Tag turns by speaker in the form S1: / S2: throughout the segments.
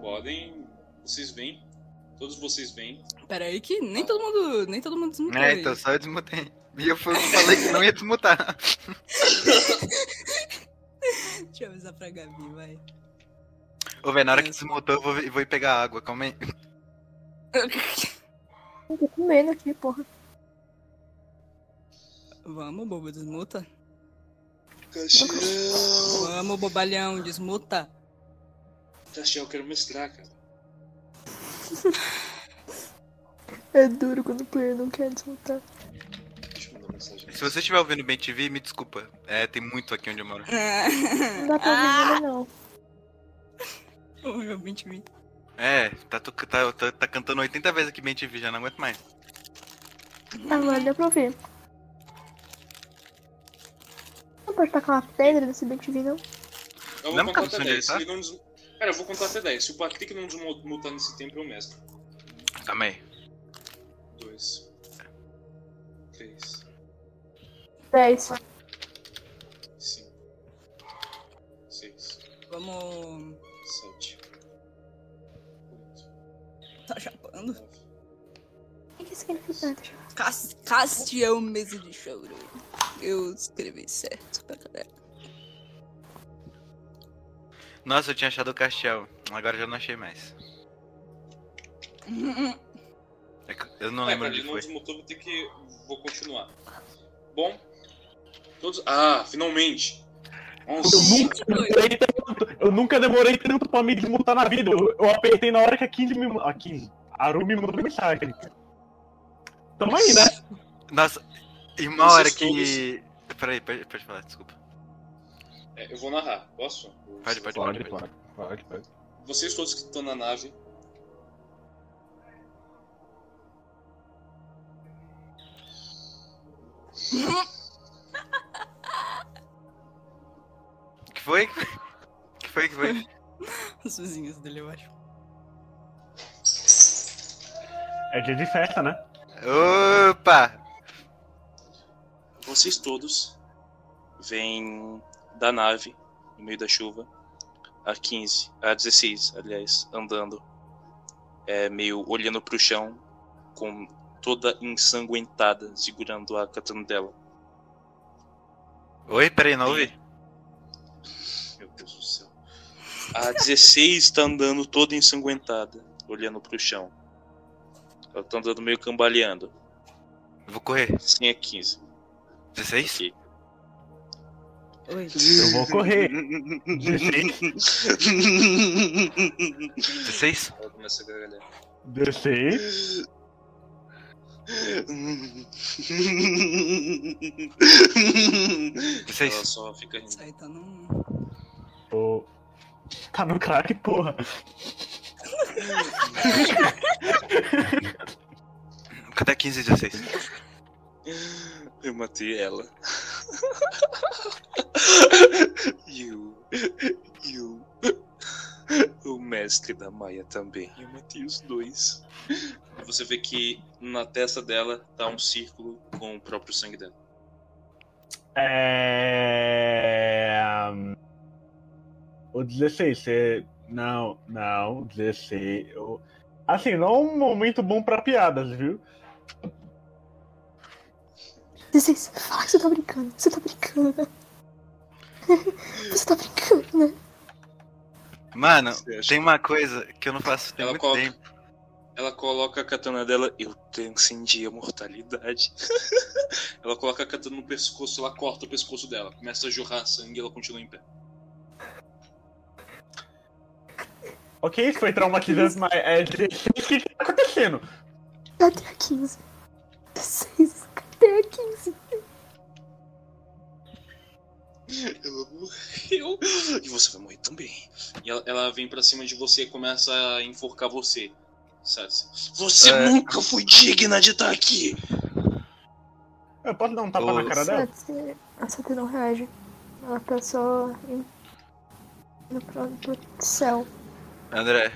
S1: Podem. Vocês vêm. Todos vocês vêm.
S2: Pera aí que nem todo mundo. Nem todo mundo desmutou.
S3: É,
S2: aí.
S3: então só eu desmutei. E eu fui- falei que não ia desmutar.
S2: Deixa eu avisar pra Gabi, vai.
S3: Ô, velho, na hora que desmutou, eu vou, eu vou ir pegar água, calma aí.
S4: Eu tô com medo aqui, porra.
S2: Vamos, bobo, desmuta.
S1: Castiel!
S2: Vamos, bobalhão, desmuta.
S1: Castiel, eu quero mestrar, cara.
S4: É duro quando o player não quer desmontar.
S1: Deixa eu mandar mensagem.
S3: Se você estiver ouvindo bem TV, me desculpa. É, tem muito aqui onde eu moro.
S4: Não dá pra ouvir nada, não.
S2: O Ah, meu 20 mil.
S3: É, tá, to- tá, tá, tá cantando 80 vezes aqui bem TV, já não aguento mais.
S4: Agora dá pra ouvir. Não pode tacar uma pedra nesse BTV, não?
S1: Eu vou
S3: Lembra
S1: contar até
S3: que a opção de
S1: 10. Se
S3: editar?
S1: ele não des- Cara, eu vou contar até 10. Se o Patrick não desmutar nesse tempo, eu mestro.
S3: Calma aí.
S1: 2, 3,
S4: 10.
S1: 5, 6,
S2: Vamos.
S1: 7, 8,
S2: Tá chapando.
S1: 9.
S4: O que que significa nada?
S2: Cas- Castiel mesa de choro. Eu escrevi certo pra galera.
S3: Nossa, eu tinha achado o Castiel. Agora já não achei mais. É que Eu não
S1: É,
S3: lembro
S1: cara,
S3: onde
S1: ele não
S3: foi.
S1: desmutou, vou ter que. Vou continuar. Bom. Todos. Ah, finalmente! Nossa!
S2: Gente, doido.
S5: demorei tanto. Eu nunca demorei tanto pra me desmutar na vida. Eu, eu apertei na hora que é a 15 me. A 15. A Aru me mandou mensagem. Tamo aí, né?
S3: Nossa, e uma hora
S1: Esses
S3: que. Peraí, pode, pode falar, desculpa.
S1: É, eu vou narrar, posso?
S3: Pode, pode, pode. pode.
S5: pode, pode.
S1: Vocês todos que estão na nave.
S3: Que foi? Que foi, que foi?
S2: Os vizinhos dele, eu acho.
S5: É dia de festa, né?
S3: Opa!
S1: Vocês todos vêm da nave, no meio da chuva, a 15, a 16, aliás, andando, é, meio olhando pro chão, com toda ensanguentada, segurando a katana dela.
S3: Oi, peraí, não ouvi?
S1: Meu Deus do céu. A 16 tá andando toda ensanguentada, olhando pro chão. Ela tá andando meio cambaleando.
S3: Vou correr.
S1: Sim, a 15.
S3: 16?
S1: Ok.
S2: Oi.
S5: Eu vou correr. 16,
S3: 16?
S1: Ela começa a gargalhar.
S5: 16,
S1: Ela
S3: 16?
S1: só fica rindo.
S2: Isso aí tá num.
S5: pô. Tá no crack, porra.
S3: Cadê 15 e 16?
S1: Eu matei ela. you. You. O mestre da Maia também. Eu matei os dois. Você vê que na testa dela tá um círculo com o próprio sangue dela.
S5: É. hum, O 16, você. Não, não, 16. eu- Assim, não é um momento bom pra piadas, viu?
S4: 16. Fala que você tá brincando. Você tá brincando, né? Você tá brincando, né?
S3: Mano,
S1: Você acha
S3: tem uma coisa que eu não faço tem
S1: Ela
S3: muito
S1: coloca-
S3: tempo.
S1: Ela coloca a katana dela. Eu transcendi a mortalidade. ela coloca a katana no pescoço, ela corta o pescoço dela. Começa a jorrar sangue e ela continua em pé.
S5: Ok, isso foi traumatizante, mas é 16. O que que tá acontecendo?
S4: Cadê a 15? 16. Cadê a 15?
S1: Ela morreu. E você vai morrer também. E ela, ela vem pra cima de você e começa a enforcar você. Sassi. Você
S3: É.
S1: nunca foi digna de estar aqui!
S5: Eu posso dar um tapa
S3: Ô,
S5: na cara dela?
S4: Sete. A Sete não reage. Ela tá só. em- No próprio céu.
S3: André.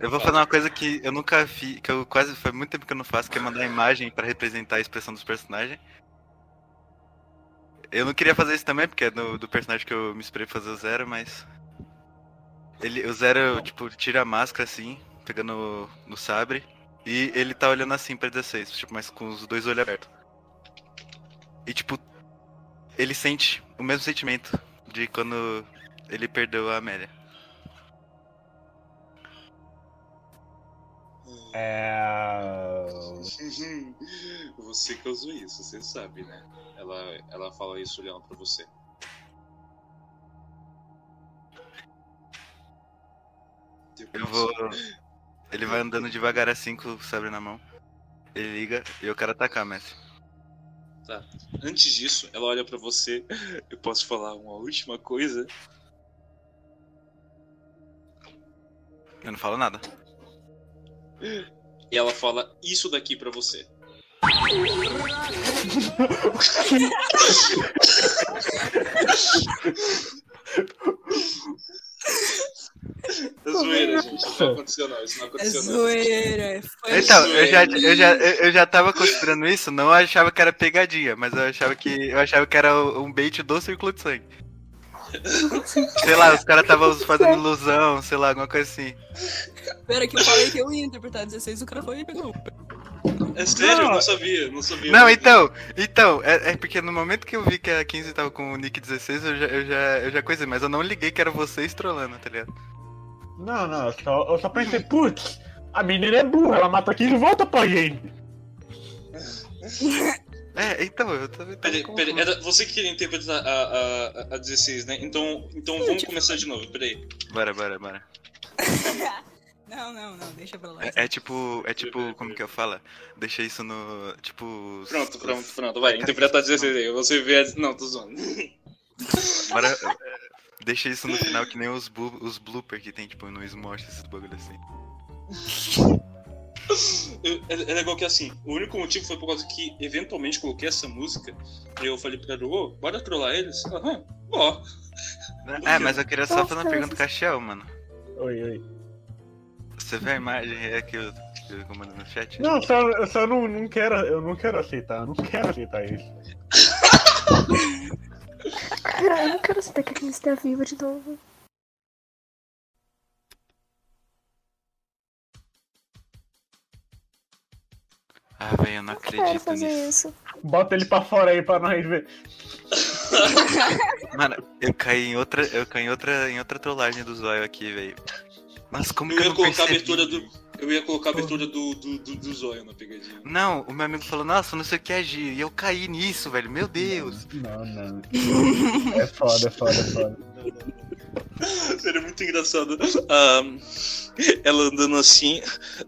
S3: Eu vou fazer uma coisa que eu nunca fiz, que eu quase. Foi muito tempo que eu não faço, que é mandar imagem pra representar a expressão dos personagens. Eu não queria fazer isso também, porque é do, do personagem que eu me inspirei pra fazer o zero, mas. Ele, o Zero, tipo, tira a máscara assim, pegando no, no sabre. E ele tá olhando assim pra 16, tipo, mas com os dois olhos abertos. E tipo, ele sente o mesmo sentimento de quando ele perdeu a Amélia.
S5: É.
S1: você causou isso, você sabe, né? Ela, ela fala isso olhando pra você.
S3: Eu vou. Ele vai andando devagar assim com o sabre na mão. Ele liga e eu quero atacar, mestre.
S1: Antes disso, ela olha pra você. Eu posso falar uma última coisa?
S3: Eu não falo nada.
S1: E ela fala isso daqui pra você. É zoeira, gente. Isso não aconteceu não, isso não
S2: É
S1: aconteceu né? não.
S2: zoeira. é Foi
S3: Então, eu já,
S1: Sim.
S3: eu, já, eu eu já tava considerando isso, não achava que era pegadinha, mas eu achava que. Eu achava que era um bait do círculo de sangue. Sei lá, os caras estavam fazendo ilusão, sei lá, alguma coisa assim.
S2: Pera que eu falei que eu ia interpretar 16, o cara foi e pegou.
S1: É sério, eu
S5: Não.
S1: não sabia, não sabia.
S3: Não, então, então, é, é porque no momento que eu vi que a 15 tava com o Nick 16, eu já, eu já, eu já coisei, mas eu não liguei que era vocês trollando, tá ligado?
S5: Não, não, eu só, eu só pensei, putz, a menina é burra, ela mata 15 e volta pra gente.
S3: É, então, eu também tava.
S1: Peraí, peraí,
S3: confuso.
S1: era você que queria interpretar a, a, a- a 16, né? Então, então vamos
S3: tipo
S1: começar
S3: assim.
S1: de novo, peraí.
S3: Bora, bora, bora.
S2: Não, não, não, deixa pra lá.
S3: É, é tipo, é tipo, como que eu falo? Deixa isso no. Tipo. os-
S1: Pronto,
S3: os-
S1: pronto, pronto, vai, interpreta a 16 aí, você vê a... Não, tô zoando.
S3: Bora. é, Deixa isso no final que nem os, bu- os blooper que tem, tipo, no Smosh, esses bagulho assim.
S1: Eu- É, é legal que assim, o único motivo foi por causa que eventualmente coloquei essa música e eu falei pra ele, ô, bora trollar eles? Aham, ó.
S3: Ah, mas eu queria só
S4: Nossa,
S3: fazer uma pergunta com a Shell, mano.
S5: Oi, oi.
S3: Você vê a imagem é que eu, que eu mando no chat?
S5: Não, só, eu só não, não quero, eu não quero aceitar, eu não quero aceitar isso.
S4: Cara, eu não quero saber que a Cris tá viva de novo.
S3: Ah, velho, eu não
S4: Eu quero
S3: acredito
S4: fazer
S3: nisso.
S4: isso.
S5: Bota ele pra fora aí pra nós ver.
S3: Mano, eu caí em outra, eu caí em outra, em outra trollagem do Zóio aqui, velho. Mas como
S1: Eu
S3: que eu
S1: ia
S3: não
S1: colocar a
S3: percebi?
S1: abertura do. Eu ia colocar a abertura do, do, do, do zóio na pegadinha.
S3: Não, o meu amigo falou, nossa, não sei o que agir. E eu caí nisso, velho. Meu Deus.
S5: Não, não. É foda, é foda, é foda.
S1: Seria muito engraçado. Ah, ela andando assim,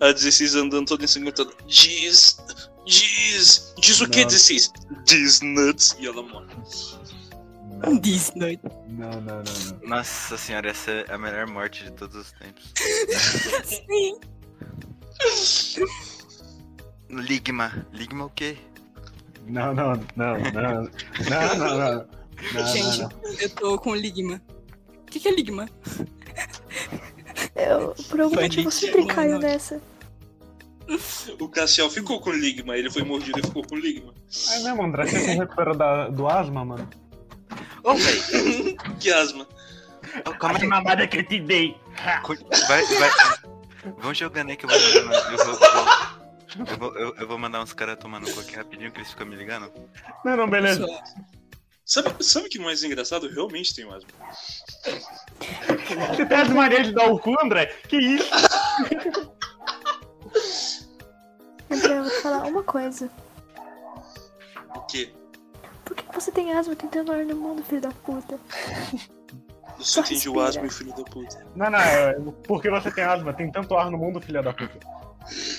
S1: a 16 andando toda ensanguentada. Diz, diz, diz o que,
S5: Não.
S1: 16? Diz nuts. E ela morre.
S5: Não,
S2: Disney.
S5: não, não, não.
S3: Nossa senhora, essa é a melhor morte de todos os tempos.
S2: Sim.
S3: Ligma. Ligma o quê?
S5: Não, não, não, não. Não, não, não. Não, não, não.
S2: Eu tô com Ligma. O que, que é Ligma?
S4: Eu, por algum
S2: Vai
S4: motivo, eu
S2: mentir,
S4: sempre caio
S2: mano.
S4: nessa.
S1: O Cassiel ficou com Ligma, ele foi mordido e ficou com Ligma.
S5: É mesmo, André, você se recuperou da, do asma, mano?
S3: Ô, velho.
S1: Que asma.
S3: Ô, Calma aí.
S5: mamada que eu te dei.
S3: Cu- Vai, vai. Vão jogando aí que eu vou mandar. Eu vou, eu vou, eu vou, eu- eu vou mandar uns caras tomar no cu aqui rapidinho que eles ficam me ligando.
S5: Não, não, beleza.
S1: Sabe, sabe o que mais engraçado? Eu Realmente tem asma.
S5: Você tem as manias de dar o cu, André? Que isso?
S4: André, eu vou te falar uma coisa.
S1: O quê?
S4: Por que que você tem asma tentando maior no mundo, filho da puta?
S1: Você
S4: Só
S1: entende o
S4: respira.
S1: asma, filho da puta.
S5: Não, não, é porque você tem asma. Tem tanto ar no mundo, filha da puta.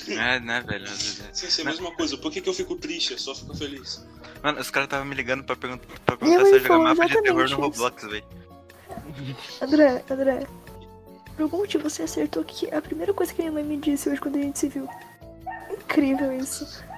S3: É, né, velho?
S1: Sim, sim, é a mesma coisa. Por que, que eu fico triste? Eu só fico feliz.
S3: Mano, os caras estavam me ligando pra perguntar, pra
S4: Minha
S3: perguntar
S4: mãe
S3: se eu jogar
S4: falou
S3: mapa de terror
S4: exatamente
S3: no
S4: isso.
S3: Roblox, velho.
S4: André, André. Por algum motivo, você acertou que a primeira coisa que minha mãe me disse hoje quando a gente se viu. Incrível isso.